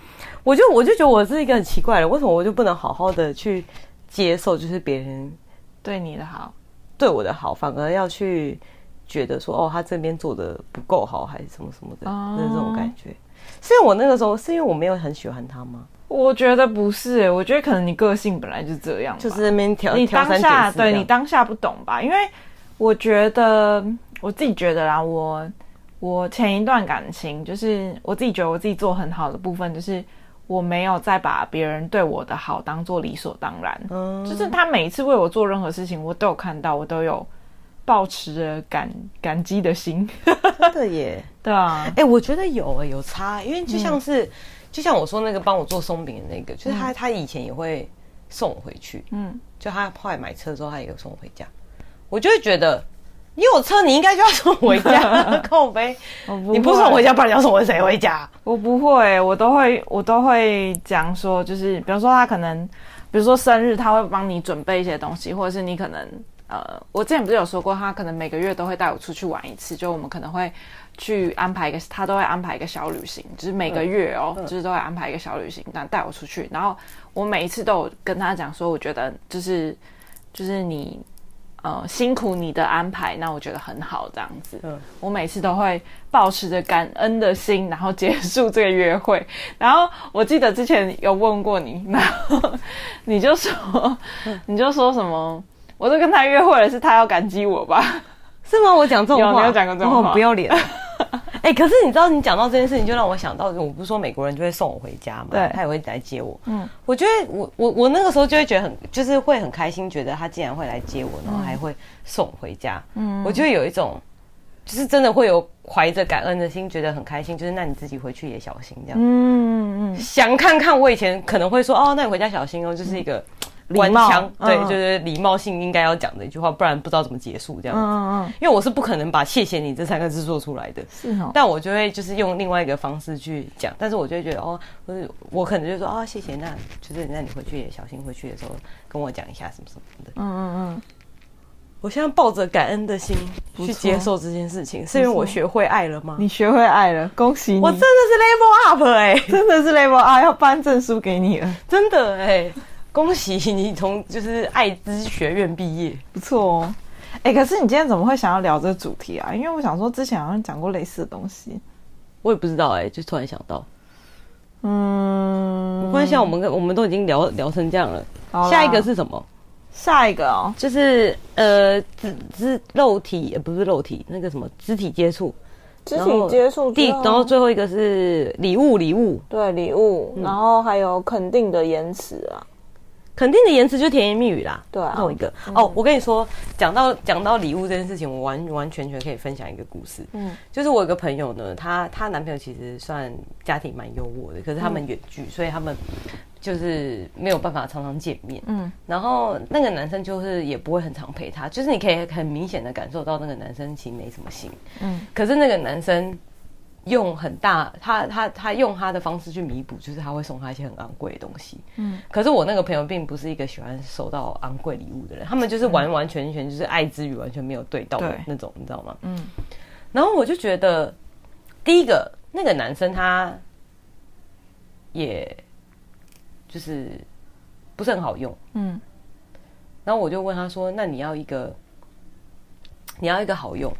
[SPEAKER 1] 我就我就觉得我是一个很奇怪的人，为什么我就不能好好的去接受，就是别人
[SPEAKER 2] 对你的好，
[SPEAKER 1] 对我的好，反而要去觉得说哦，他这边做的不够好，还是什么什么的、
[SPEAKER 2] 哦
[SPEAKER 1] 那种感觉。是因为我那个时候是因为我没有很喜欢他吗？
[SPEAKER 2] 我觉得不是欸，我觉得可能你个性本来就这样吧，
[SPEAKER 1] 就是那边挑
[SPEAKER 2] 你
[SPEAKER 1] 挑
[SPEAKER 2] 当
[SPEAKER 1] 三
[SPEAKER 2] 下
[SPEAKER 1] 拣四这
[SPEAKER 2] 对
[SPEAKER 1] 样，
[SPEAKER 2] 你当下不懂吧？因为我觉得我自己觉得啦，我我前一段感情就是我自己觉得我自己做很好的部分，就是我没有再把别人对我的好当做理所当然，
[SPEAKER 1] 嗯
[SPEAKER 2] 就是他每一次为我做任何事情，我都有看到，我都有抱持着感感激的心。
[SPEAKER 1] 真的耶。
[SPEAKER 2] 对啊，
[SPEAKER 1] 哎、我觉得有、欸、有差，因为就像是、就像我说那个帮我做松饼的那个，就是他、他以前也会送我回去，
[SPEAKER 2] 嗯，
[SPEAKER 1] 就他后来买车之后他也有送我回家，我就会觉得你有车，你应该就要送我回 家，靠背。
[SPEAKER 2] 我不
[SPEAKER 1] 你不送
[SPEAKER 2] 会
[SPEAKER 1] 我回家，不然你要送我谁回家？
[SPEAKER 2] 我不会，我都会，我都会讲说，就是比如说他可能，比如说生日，他会帮你准备一些东西，或者是你可能，呃，我之前不是有说过，他可能每个月都会带我出去玩一次，就我们可能会去安排一个，他都会安排一个小旅行，就是每个月哦，就是都会安排一个小旅行，但带我出去，然后我每一次都有跟他讲说，我觉得就是就是你。呃，辛苦你的安排，那我觉得很好，这样子。
[SPEAKER 1] 嗯
[SPEAKER 2] 我每次都会保持着感恩的心，然后结束这个约会。然后我记得之前有问过你，然后你就说，你就说什么？我都跟他约会了，是他要感激我吧？
[SPEAKER 1] 是吗？我讲这种
[SPEAKER 2] 有
[SPEAKER 1] 话，
[SPEAKER 2] 你有讲过这种话
[SPEAKER 1] 哦不要 脸。哎、可是你知道，你讲到这件事情，就让我想到，我不是说美国人就会送我回家嘛，
[SPEAKER 2] 对
[SPEAKER 1] 他也会来接我。
[SPEAKER 2] 嗯
[SPEAKER 1] 嗯，我觉得我我我那个时候就会觉得很，就是会很开心，觉得他竟然会来接我，然后
[SPEAKER 2] 嗯
[SPEAKER 1] 还会送我回家。嗯，我就会有一种，就是真的会有怀着感恩的心，觉得很开心。就是那你自己回去也小心这样。
[SPEAKER 2] 嗯嗯，
[SPEAKER 1] 想看看，我以前可能会说哦，那你回家小心哦，就是一个官
[SPEAKER 2] 嗯貌
[SPEAKER 1] 腔，对，
[SPEAKER 2] 嗯
[SPEAKER 1] 就是礼貌性应该要讲的一句话，不然不知道怎么结束这样子。
[SPEAKER 2] 嗯嗯，
[SPEAKER 1] 因为我是不可能把“谢谢你”这三个字做出来的，
[SPEAKER 2] 是哦。
[SPEAKER 1] 但我就会就是用另外一个方式去讲，但是我就会觉得哦，我我可能就说啊、谢谢，那就是那你回去也小心，回去的时候跟我讲一下什么什么的。
[SPEAKER 2] 嗯嗯
[SPEAKER 1] 我现在抱着感恩的心
[SPEAKER 2] 不
[SPEAKER 1] 去
[SPEAKER 2] 错
[SPEAKER 1] 接受这件事情，是因为我学会爱了吗
[SPEAKER 2] 嗯，？你学会爱了，恭喜你！
[SPEAKER 1] 我真的是 level up 哎、
[SPEAKER 2] 真的是 level 啊，要颁证书给你了，
[SPEAKER 1] 真的哎、恭喜你从就是爱知学院毕业。
[SPEAKER 2] 不错哦。哎、可是你今天怎么会想要聊这个主题啊？因为我想说之前好像讲过类似的东西。
[SPEAKER 1] 我也不知道哎、就突然想到，
[SPEAKER 2] 嗯，
[SPEAKER 1] 不然像我们跟我们都已经聊聊成这样了，
[SPEAKER 2] 好啦
[SPEAKER 1] 下一个是什么？
[SPEAKER 2] 下一个哦，
[SPEAKER 1] 就是呃，肢肢肉体呃不是肉体，那个什么肢体接触，
[SPEAKER 2] 肢
[SPEAKER 1] 然后第，
[SPEAKER 2] 啊
[SPEAKER 1] 然后最后一个是礼物，礼物
[SPEAKER 2] 对礼物，然后还有肯定的言辞啊，
[SPEAKER 1] 肯定的言辞就甜言蜜语啦，
[SPEAKER 2] 对啊
[SPEAKER 1] 这种一个、哦，我跟你说，讲到讲到礼物这件事情，我完完全全可以分享一个故事，
[SPEAKER 2] 嗯
[SPEAKER 1] 嗯，就是我有个朋友呢，她她男朋友其实算家庭蛮优渥的，可是他
[SPEAKER 2] 嗯
[SPEAKER 1] 们远距，所以他们就是没有办法常常见面，
[SPEAKER 2] 嗯
[SPEAKER 1] 然后那个男生就是也不会很常陪她，就是你可以很明显的感受到那个男生其实没什么心，
[SPEAKER 2] 嗯
[SPEAKER 1] 可是那个男生用很大，他他他用他的方式去弥补，就是他会送他一些很昂贵的东西。
[SPEAKER 2] 嗯
[SPEAKER 1] 嗯，可是我那个朋友并不是一个喜欢收到昂贵礼物的人，他们就是完完全全就是爱之语完全没有对到的
[SPEAKER 2] 对
[SPEAKER 1] 那种，你知道吗？
[SPEAKER 2] 嗯
[SPEAKER 1] 然后我就觉得，第一个那个男生他也就是不是很好用，
[SPEAKER 2] 嗯
[SPEAKER 1] 然后我就问他说：“那你要一个，你要一个好用，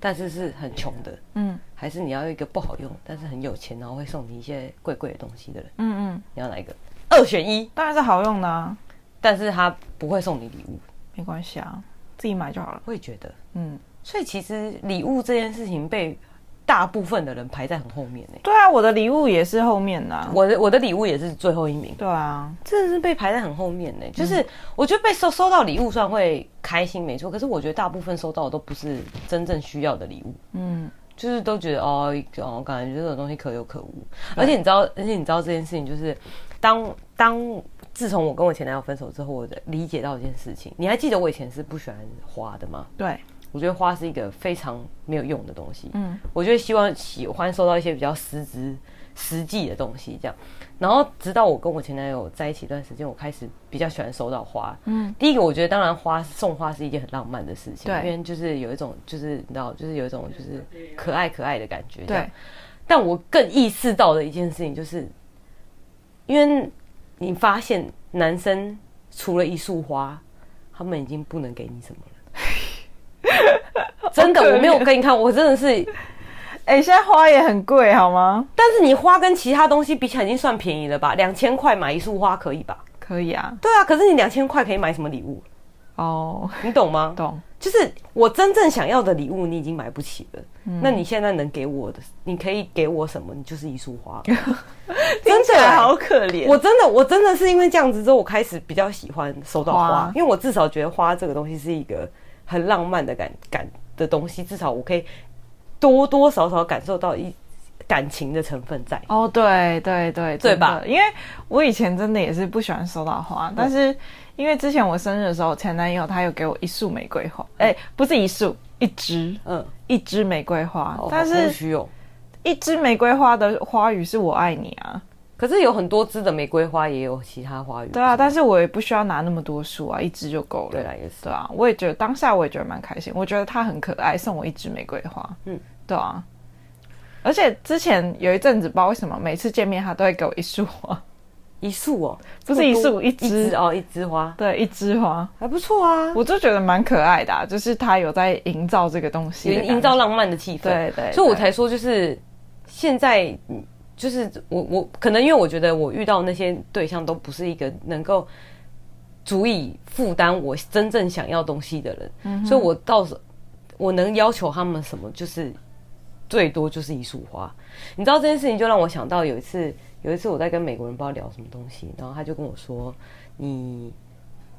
[SPEAKER 1] 但是是很穷的，
[SPEAKER 2] 嗯
[SPEAKER 1] 还是你要一个不好用，但是很有钱，然后会送你一些贵贵的东西的人，
[SPEAKER 2] 嗯嗯，
[SPEAKER 1] 你要哪一个？二选一，
[SPEAKER 2] 当然是好用的啊，
[SPEAKER 1] 但是他不会送你礼物，
[SPEAKER 2] 没关系啊，自己买就好了。
[SPEAKER 1] 我也觉得。
[SPEAKER 2] 嗯，
[SPEAKER 1] 所以其实礼物这件事情被大部分的人排在很后面呢、
[SPEAKER 2] 对啊，我的礼物也是后面的、啊，
[SPEAKER 1] 我的我的礼物也是最后一名，
[SPEAKER 2] 对啊，
[SPEAKER 1] 真的是被排在很后面呢、就是我觉得被收收到礼物算会开心没错，可是我觉得大部分收到的都不是真正需要的礼物。
[SPEAKER 2] 嗯
[SPEAKER 1] 就是都觉得哦哦，感觉这种东西可有可无。而且你知道，而且你知道这件事情，就是当当自从我跟我前男友分手之后，我的理解到一件事情。你还记得我以前是不喜欢花的吗？
[SPEAKER 2] 对，
[SPEAKER 1] 我觉得花是一个非常没有用的东西。
[SPEAKER 2] 嗯
[SPEAKER 1] 我就会希望喜欢收到一些比较实质、实际的东西，这样。然后直到我跟我前男友在一起一段时间，我开始比较喜欢收到花。
[SPEAKER 2] 嗯
[SPEAKER 1] 第一个，我觉得当然花送花是一件很浪漫的事情，
[SPEAKER 2] 对
[SPEAKER 1] 因为就是有一种就是你知道，就是有一种就是可爱可爱的感觉。
[SPEAKER 2] 对，，
[SPEAKER 1] 但我更意识到的一件事情就是，因为你发现男生除了一束花，他们已经不能给你什么 了。真的，
[SPEAKER 2] 好可怜
[SPEAKER 1] 我没有跟你看，我真的是，
[SPEAKER 2] 哎、现在花也很贵啊好吗？
[SPEAKER 1] 但是你花跟其他东西比起来已经算便宜了吧？两千块买一束花可以吧？
[SPEAKER 2] 可以啊，
[SPEAKER 1] 对啊，可是你两千块可以买什么礼物？
[SPEAKER 2] 哦，
[SPEAKER 1] 你懂吗？
[SPEAKER 2] 懂，
[SPEAKER 1] 就是我真正想要的礼物，你已经买不起了。
[SPEAKER 2] 嗯
[SPEAKER 1] 那你现在能给我的，你可以给我什么？你就是一束花 了。真的
[SPEAKER 2] 好可怜。
[SPEAKER 1] 我真的，我真的是因为这样子之后，我开始比较喜欢收到花，
[SPEAKER 2] 花
[SPEAKER 1] 因为我至少觉得花这个东西是一个很浪漫的感感的东西，至少我可以多多少少感受到一感情的成分在。
[SPEAKER 2] 哦，对对对，
[SPEAKER 1] 对
[SPEAKER 2] 真
[SPEAKER 1] 吧
[SPEAKER 2] 的？因为我以前真的也是不喜欢收到花，但嗯是因为之前我生日的时候，前男友他有给我一束玫瑰花，哎、不是一束，一支
[SPEAKER 1] 嗯，
[SPEAKER 2] 一支玫瑰花，
[SPEAKER 1] 好
[SPEAKER 2] 但
[SPEAKER 1] 好空
[SPEAKER 2] 是
[SPEAKER 1] 虚哦。
[SPEAKER 2] 一支玫瑰花的花语是我爱你啊，
[SPEAKER 1] 可是有很多枝的玫瑰花，也有其他花语。
[SPEAKER 2] 对啊，但是我也不需要拿那么多束啊，一支就够了。
[SPEAKER 1] 对啦也是
[SPEAKER 2] 对啊，我也觉得当下我也觉得蛮开心，我觉得他很可爱，送我一支玫瑰花。
[SPEAKER 1] 嗯
[SPEAKER 2] 嗯， 对啊。而且之前有一阵子，不知道为什么每次见面他都会给我一束花，
[SPEAKER 1] 一束哦，
[SPEAKER 2] 不是一束，一
[SPEAKER 1] 一
[SPEAKER 2] 支
[SPEAKER 1] 枝哦，一枝花
[SPEAKER 2] 对，一枝花，
[SPEAKER 1] 还不错啊，
[SPEAKER 2] 我就觉得蛮可爱的、啊，就是他有在营造这个东西
[SPEAKER 1] 有
[SPEAKER 2] 的感觉，
[SPEAKER 1] 营造浪漫的气氛。
[SPEAKER 2] 对对对
[SPEAKER 1] 所以我才说就是现在。嗯就是我我可能因为我觉得我遇到那些对象都不是一个能够足以负担我真正想要东西的人，
[SPEAKER 2] 嗯
[SPEAKER 1] 所以我到时我能要求他们什么，就是最多就是一束花。你知道这件事情就让我想到有一次，有一次我在跟美国人不知道聊什么东西，然后他就跟我说：“你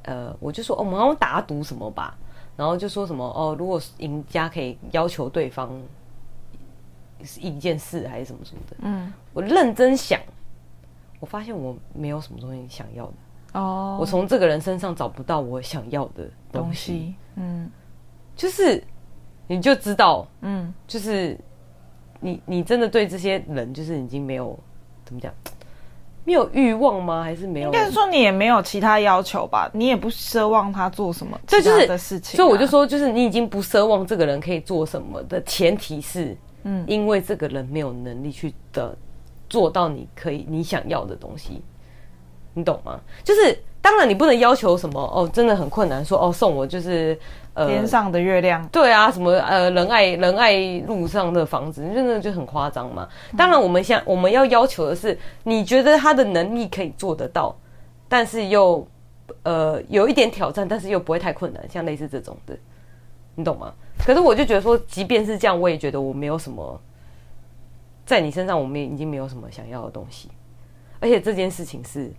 [SPEAKER 1] 呃，我就说、哦、我们好像打赌什么吧，然后就说什么哦，如果赢家可以要求对方一件事还是什么什么的。
[SPEAKER 2] 嗯
[SPEAKER 1] 我认真想，我发现我没有什么东西想要的，
[SPEAKER 2] 哦，
[SPEAKER 1] 我从这个人身上找不到我想要的
[SPEAKER 2] 东
[SPEAKER 1] 东西，
[SPEAKER 2] 西，嗯
[SPEAKER 1] 就是你就知道，
[SPEAKER 2] 嗯，
[SPEAKER 1] 就是你你真的对这些人就是已经没有怎么讲，没有欲望吗？还是没有？
[SPEAKER 2] 应该是说你也没有其他要求吧，你也不奢望他做什么其
[SPEAKER 1] 就
[SPEAKER 2] 他
[SPEAKER 1] 是
[SPEAKER 2] 的事情啊、
[SPEAKER 1] 所以我就说，就是你已经不奢望这个人可以做什么的前提是，嗯
[SPEAKER 2] 嗯，
[SPEAKER 1] 因为这个人没有能力去的做到你可以你想要的东西，你懂吗？就是当然你不能要求什么哦，真的很困难，说哦送我就是呃
[SPEAKER 2] 天上的月亮
[SPEAKER 1] 对啊，什么呃仁爱仁爱路上的房子，真的就很夸张嘛。当然，我们想我们要要求的是，你觉得他的能力可以做得到，但是又呃有一点挑战，但是又不会太困难，像类似这种的，你懂吗？可是我就觉得说，即便是这样，我也觉得我没有什么在你身上，我们已经没有什么想要的东西，而且这件事情是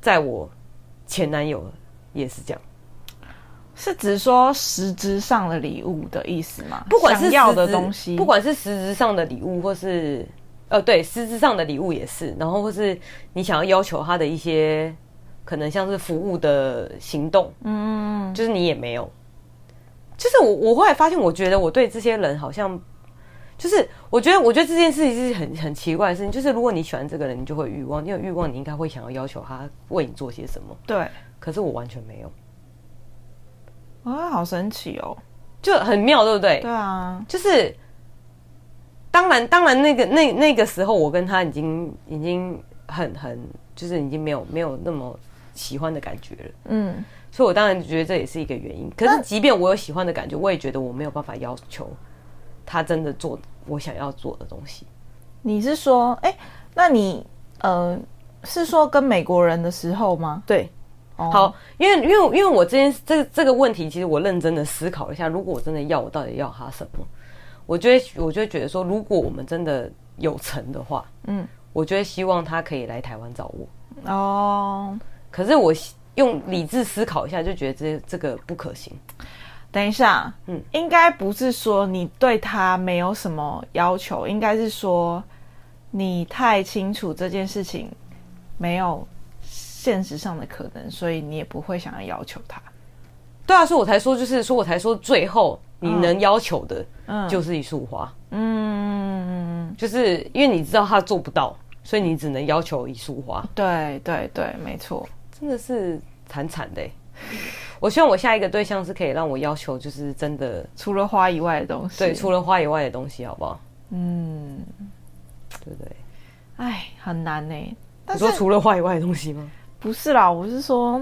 [SPEAKER 1] 在我前男友也是这样。
[SPEAKER 2] 是指说实质上的礼物的意思吗？
[SPEAKER 1] 不管是
[SPEAKER 2] 想要
[SPEAKER 1] 实
[SPEAKER 2] 的
[SPEAKER 1] 质
[SPEAKER 2] 东西，
[SPEAKER 1] 不管是实质上的礼物，或是呃对实质上的礼物也是，然后或是你想要要求他的一些可能像是服务的行动，
[SPEAKER 2] 嗯，
[SPEAKER 1] 就是你也没有。就是我我后来发现，我觉得我对这些人好像，就是我觉得我觉得这件事情是很很奇怪的事情，就是如果你喜欢这个人，你就会有欲望，你有欲望，你应该会想要要求他为你做些什么。
[SPEAKER 2] 对，
[SPEAKER 1] 可是我完全没有，
[SPEAKER 2] 啊，好神奇哦。
[SPEAKER 1] 就很妙，对不对
[SPEAKER 2] 对？啊，
[SPEAKER 1] 就是，当然，当然，那个那那个时候，我跟他已经已经很很，就是已经没有没有那么喜欢的感觉了，
[SPEAKER 2] 嗯，
[SPEAKER 1] 所以我当然觉得这也是一个原因。可是，即便我有喜欢的感觉，我也觉得我没有办法要求他真的做我想要做的东西。
[SPEAKER 2] 你是说，哎、那你呃，是说跟美国人的时候吗？
[SPEAKER 1] 对，
[SPEAKER 2] 哦
[SPEAKER 1] 好，，因为因为因为我这件这这个问题，其实我认真的思考了一下，如果我真的要，我到底要他什么？我就会我就会觉得说，如果我们真的有成的话，
[SPEAKER 2] 嗯，
[SPEAKER 1] 我就会希望他可以来台湾找我。
[SPEAKER 2] 哦，
[SPEAKER 1] 可是我用理智思考一下，就觉得这这个不可行。
[SPEAKER 2] 等一下，
[SPEAKER 1] 嗯
[SPEAKER 2] 嗯，应该不是说你对他没有什么要求，应该是说你太清楚这件事情没有现实上的可能，所以你也不会想要要求他。
[SPEAKER 1] 对啊，所以我才说，就是说我才说，最后你能要求的
[SPEAKER 2] 嗯，
[SPEAKER 1] 就是一束花，
[SPEAKER 2] 嗯，
[SPEAKER 1] 就是因为你知道他做不到，所以你只能要求一束花，
[SPEAKER 2] 对对对，没错。
[SPEAKER 1] 真的是惨惨的欸、我希望我下一个对象是可以让我要求，就是真的
[SPEAKER 2] 除了花以外的东西，
[SPEAKER 1] 对，除了花以外的东西，好不好？
[SPEAKER 2] 嗯，
[SPEAKER 1] 对不对？
[SPEAKER 2] 哎，很难呢、但
[SPEAKER 1] 你
[SPEAKER 2] 是
[SPEAKER 1] 说除了花以外的东西吗？
[SPEAKER 2] 不是啦，我是说，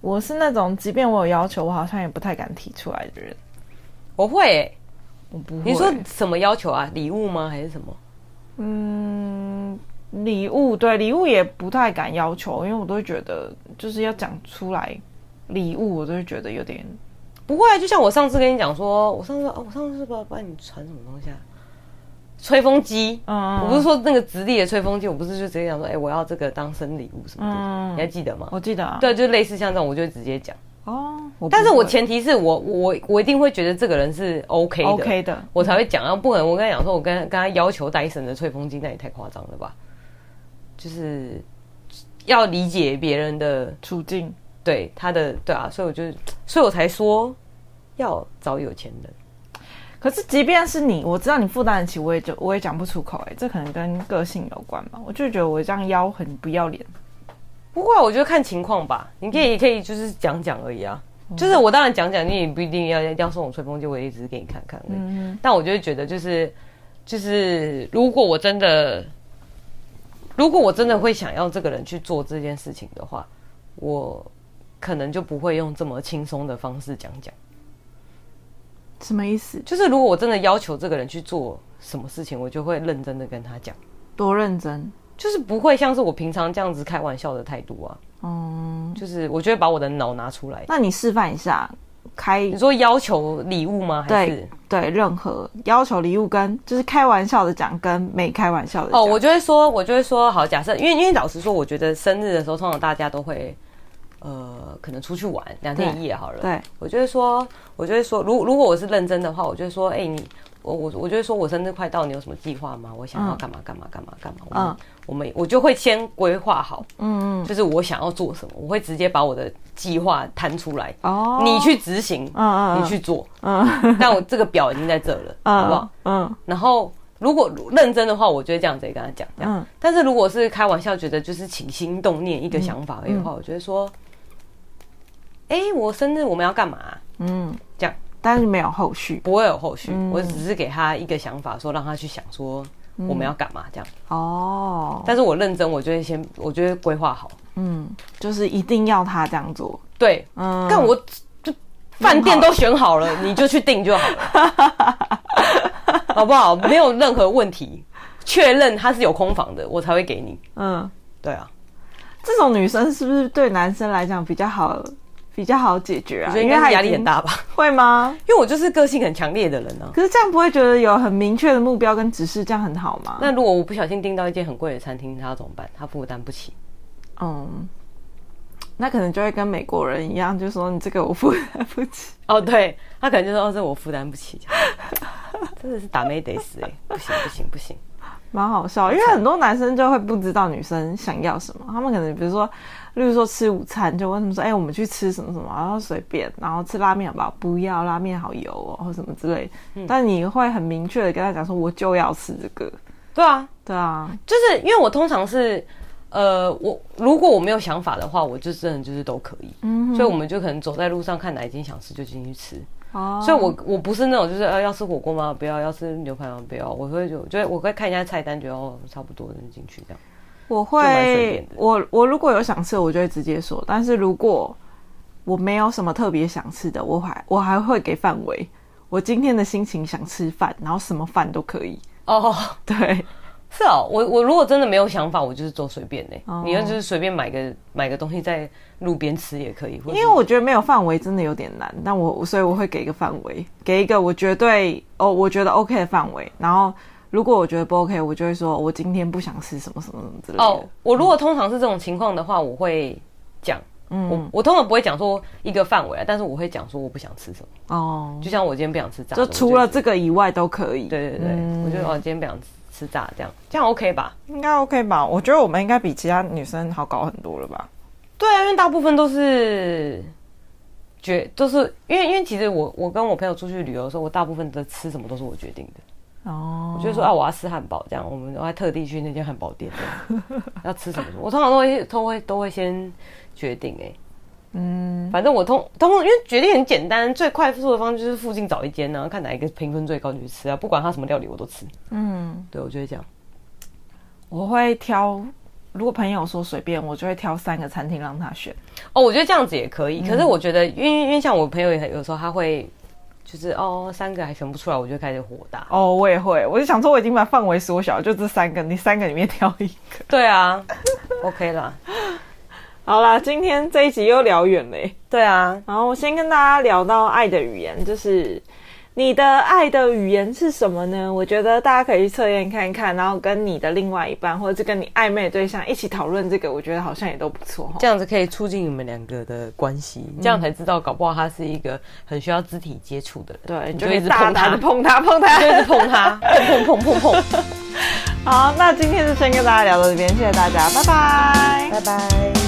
[SPEAKER 2] 我是那种即便我有要求，我好像也不太敢提出来的人。
[SPEAKER 1] 我会欸、
[SPEAKER 2] 我不会。
[SPEAKER 1] 你说什么要求啊？礼物吗？还是什么？
[SPEAKER 2] 嗯，礼物对礼物也不太敢要求，因为我都会觉得就是要讲出来礼物，我都会觉得有点
[SPEAKER 1] 不会啊，就像我上次跟你讲说，我上次啊，我上次是不知道帮你传什么东西啊，吹风机。
[SPEAKER 2] 嗯
[SPEAKER 1] 我不是说那个直立的吹风机，我不是就直接讲说，哎、我要这个当生日礼物什么的，
[SPEAKER 2] 嗯
[SPEAKER 1] 你还记得吗？
[SPEAKER 2] 我记得啊。
[SPEAKER 1] 对，就类似像这种，我就会直接讲。
[SPEAKER 2] 哦，不
[SPEAKER 1] 但是我
[SPEAKER 2] 会
[SPEAKER 1] 前提是我我我一定会觉得这个人是 OK 的
[SPEAKER 2] OK 的，
[SPEAKER 1] 我才会讲啊，不可能我跟他讲说，我跟跟他要求戴森的吹风机，那也太夸张了吧？就是要理解别人的
[SPEAKER 2] 处境
[SPEAKER 1] 对他的对啊，所以我就，所以我才说，要找有钱人。
[SPEAKER 2] 可是即便是你，我知道你负担得起，我也就我也讲不出口哎、这可能跟个性有关吧。我就觉得我这样腰很不要脸，
[SPEAKER 1] 不过我觉得看情况吧，你可以也可以就是讲讲而已啊。就是我当然讲讲，你也不一定要要送我吹风机，我也只是给你看看而已。但我就会觉得，就是就是，如果我真的，如果我真的会想要这个人去做这件事情的话，我可能就不会用这么轻松的方式讲讲。
[SPEAKER 2] 什么意思？
[SPEAKER 1] 就是如果我真的要求这个人去做什么事情，我就会认真的跟他讲，
[SPEAKER 2] 多认真
[SPEAKER 1] 就是不会像是我平常这样子开玩笑的态度啊。
[SPEAKER 2] 哦、嗯
[SPEAKER 1] 就是我就会把我的脑拿出来。
[SPEAKER 2] 那你示范一下，开
[SPEAKER 1] 你说要求礼物吗？还是
[SPEAKER 2] 对对任何要求礼物跟就是开玩笑的讲跟没开玩笑的讲
[SPEAKER 1] 哦，我就会说，我就会说，好，假设因为因为老实说，我觉得生日的时候，通常大家都会，呃，可能出去玩两天一夜好了。
[SPEAKER 2] 对
[SPEAKER 1] 我就会说，我就会说，如如果我是认真的话，我就会说，哎、你我我我就会说我生日快到，你有什么计划吗？我想要
[SPEAKER 2] 嗯
[SPEAKER 1] 干嘛干嘛干嘛干嘛。我们、
[SPEAKER 2] 嗯
[SPEAKER 1] 我们我就会先规划好，
[SPEAKER 2] 嗯嗯
[SPEAKER 1] 就是我想要做什么，我会直接把我的计划摊出来，
[SPEAKER 2] 哦
[SPEAKER 1] 你去执行，
[SPEAKER 2] 嗯嗯
[SPEAKER 1] 你去做。
[SPEAKER 2] 嗯
[SPEAKER 1] 但我这个表已经在这了，好不好
[SPEAKER 2] 嗯？嗯
[SPEAKER 1] 然后如果认真的话，我就会这样子跟他讲。这样
[SPEAKER 2] 嗯
[SPEAKER 1] 但是如果是开玩笑，觉得就是起心动念一个想法而已的话，
[SPEAKER 2] 嗯
[SPEAKER 1] 我觉得说，哎、我生日我们要干嘛啊、
[SPEAKER 2] 嗯
[SPEAKER 1] 这样
[SPEAKER 2] 但是没有后续
[SPEAKER 1] 不会有后续，
[SPEAKER 2] 嗯
[SPEAKER 1] 我只是给他一个想法，说让他去想说我们要干嘛这样。
[SPEAKER 2] 哦，
[SPEAKER 1] 但是我认真，我就会先，我就会规划好。
[SPEAKER 2] 嗯，就是一定要他这样做，
[SPEAKER 1] 对，
[SPEAKER 2] 嗯，
[SPEAKER 1] 但我就饭店都选好了，你就去订就好了， 好不好？没有任何问题，确认他是有空房的，我才会给你。
[SPEAKER 2] 嗯，
[SPEAKER 1] 对啊，
[SPEAKER 2] 这种女生是不是对男生来讲比较好，比较好解决
[SPEAKER 1] 我
[SPEAKER 2] 啊？
[SPEAKER 1] 觉得应
[SPEAKER 2] 因为
[SPEAKER 1] 该
[SPEAKER 2] 他
[SPEAKER 1] 是
[SPEAKER 2] 已
[SPEAKER 1] 压力
[SPEAKER 2] 经
[SPEAKER 1] 很，大吧。
[SPEAKER 2] 会吗？
[SPEAKER 1] 因为我就是个性很强烈的人啊。
[SPEAKER 2] 可是这样不会觉得有很明确的目标跟指示，这样很好吗？
[SPEAKER 1] 那如果我不小心订到一间很贵的餐厅，他要怎么办？他负担不起。
[SPEAKER 2] 嗯，那可能就会跟美国人一样，就说你这个我负 担不起。
[SPEAKER 1] 哦，对，他可能就说：“哦，这我负担不起。这 样”真的是打妹得死哎、不行不行不行！
[SPEAKER 2] 蛮好笑，因为很多男生就会不知道女生想要什么，他们可能比如说，例如说吃午餐，就问他们说，哎、我们去吃什么什么，然后随便，然后吃拉面好不好？不要，拉面好油哦，或什么之类。但你会很明确的跟他讲说，我就要吃这个。
[SPEAKER 1] 对啊，
[SPEAKER 2] 对啊，
[SPEAKER 1] 就是因为我通常是，呃，我如果我没有想法的话，我就真的就是都可以。
[SPEAKER 2] 嗯，
[SPEAKER 1] 所以我们就可能走在路上看哪一间想吃就进去吃。
[SPEAKER 2] 哦，
[SPEAKER 1] 所以我我不是那种就是呃要吃火锅吗？不要，要吃牛排吗？不要。我会就就会我会看一下菜单，觉得哦差不多就进去这样。
[SPEAKER 2] 我
[SPEAKER 1] 蛮随便
[SPEAKER 2] 会
[SPEAKER 1] 的，
[SPEAKER 2] 我我如果有想吃，我就会直接说，但是如果我没有什么特别想吃的，我还我还会给范围。我今天的心情想吃饭，然后什么饭都可以。
[SPEAKER 1] 哦，
[SPEAKER 2] 对，
[SPEAKER 1] 是哦，我我如果真的没有想法，我就是做随便的、
[SPEAKER 2] 哦
[SPEAKER 1] 你要就是随便买个买个东西在路边吃也可以，因
[SPEAKER 2] 因为我觉得没有范围真的有点难，但我我所以我会给一个范围，给一个我绝对哦，我觉得 OK 的范围。然后如果我觉得不 OK，我就会说我今天不想吃什么什么什么之类的。
[SPEAKER 1] 哦，我如果通常是这种情况的话，我会讲，我
[SPEAKER 2] 嗯，
[SPEAKER 1] 我通常不会讲说一个范围啊，但是我会讲说我不想吃什么，
[SPEAKER 2] 哦，
[SPEAKER 1] 就像我今天不想吃炸的，
[SPEAKER 2] 就
[SPEAKER 1] 我
[SPEAKER 2] 除了
[SPEAKER 1] 觉
[SPEAKER 2] 这个以外都可以。
[SPEAKER 1] 得对对对，
[SPEAKER 2] 嗯
[SPEAKER 1] 我就哦今天不想吃吃炸这样，这样 OK 吧？
[SPEAKER 2] 应该 OK 吧？我觉得我们应该比其他女生好搞很多了吧？
[SPEAKER 1] 对啊，因为大部分都是。决都是因为因为其实我我跟我朋友出去旅游的时候，我大部分的吃什么都是我决定的。
[SPEAKER 2] 哦，
[SPEAKER 1] 我就说啊，我要吃汉堡，这样我们我还特地去那间汉堡店，这样要吃什么什么，我通常都会都会都会先决定哎、
[SPEAKER 2] 嗯，
[SPEAKER 1] 反正我通通因为决定很简单，最快速的方式就是附近找一间然后看哪一个评分最高就去吃啊，不管它什么料理我都吃。
[SPEAKER 2] 嗯，
[SPEAKER 1] 对，我就会这样。
[SPEAKER 2] 我会挑，如果朋友说随便，我就会挑三个餐厅让他选。
[SPEAKER 1] 哦，我觉得这样子也可以，可是我觉得因为因为像我朋友也很有时候他会就是哦三个还选不出来，我就开始火大。
[SPEAKER 2] 哦，我也会，我就想说我已经把范围缩小，就这三个，你三个里面挑一个。
[SPEAKER 1] 对啊，OK 啦，
[SPEAKER 2] 好啦，今天这一集又聊远嘞、
[SPEAKER 1] 对啊，
[SPEAKER 2] 然后我先跟大家聊到爱的语言，就是你的爱的语言是什么呢？我觉得大家可以去测验看一看，然后跟你的另外一半或者是跟你暧昧的对象一起讨论这个，我觉得好像也都不错哈。
[SPEAKER 1] 这样子可以促进你们两个的关系，这样才知道，搞不好他是一个很需要肢体接触的人。
[SPEAKER 2] 对，你
[SPEAKER 1] 你
[SPEAKER 2] 就
[SPEAKER 1] 就
[SPEAKER 2] 可
[SPEAKER 1] 一
[SPEAKER 2] 以
[SPEAKER 1] 直
[SPEAKER 2] 大
[SPEAKER 1] 碰
[SPEAKER 2] 胆
[SPEAKER 1] 他
[SPEAKER 2] 的，碰它，碰它
[SPEAKER 1] 啊就。一直碰 他，碰碰碰碰碰。
[SPEAKER 2] 好，那今天就先跟大家聊到这边，谢谢大家，拜拜。
[SPEAKER 1] 拜拜。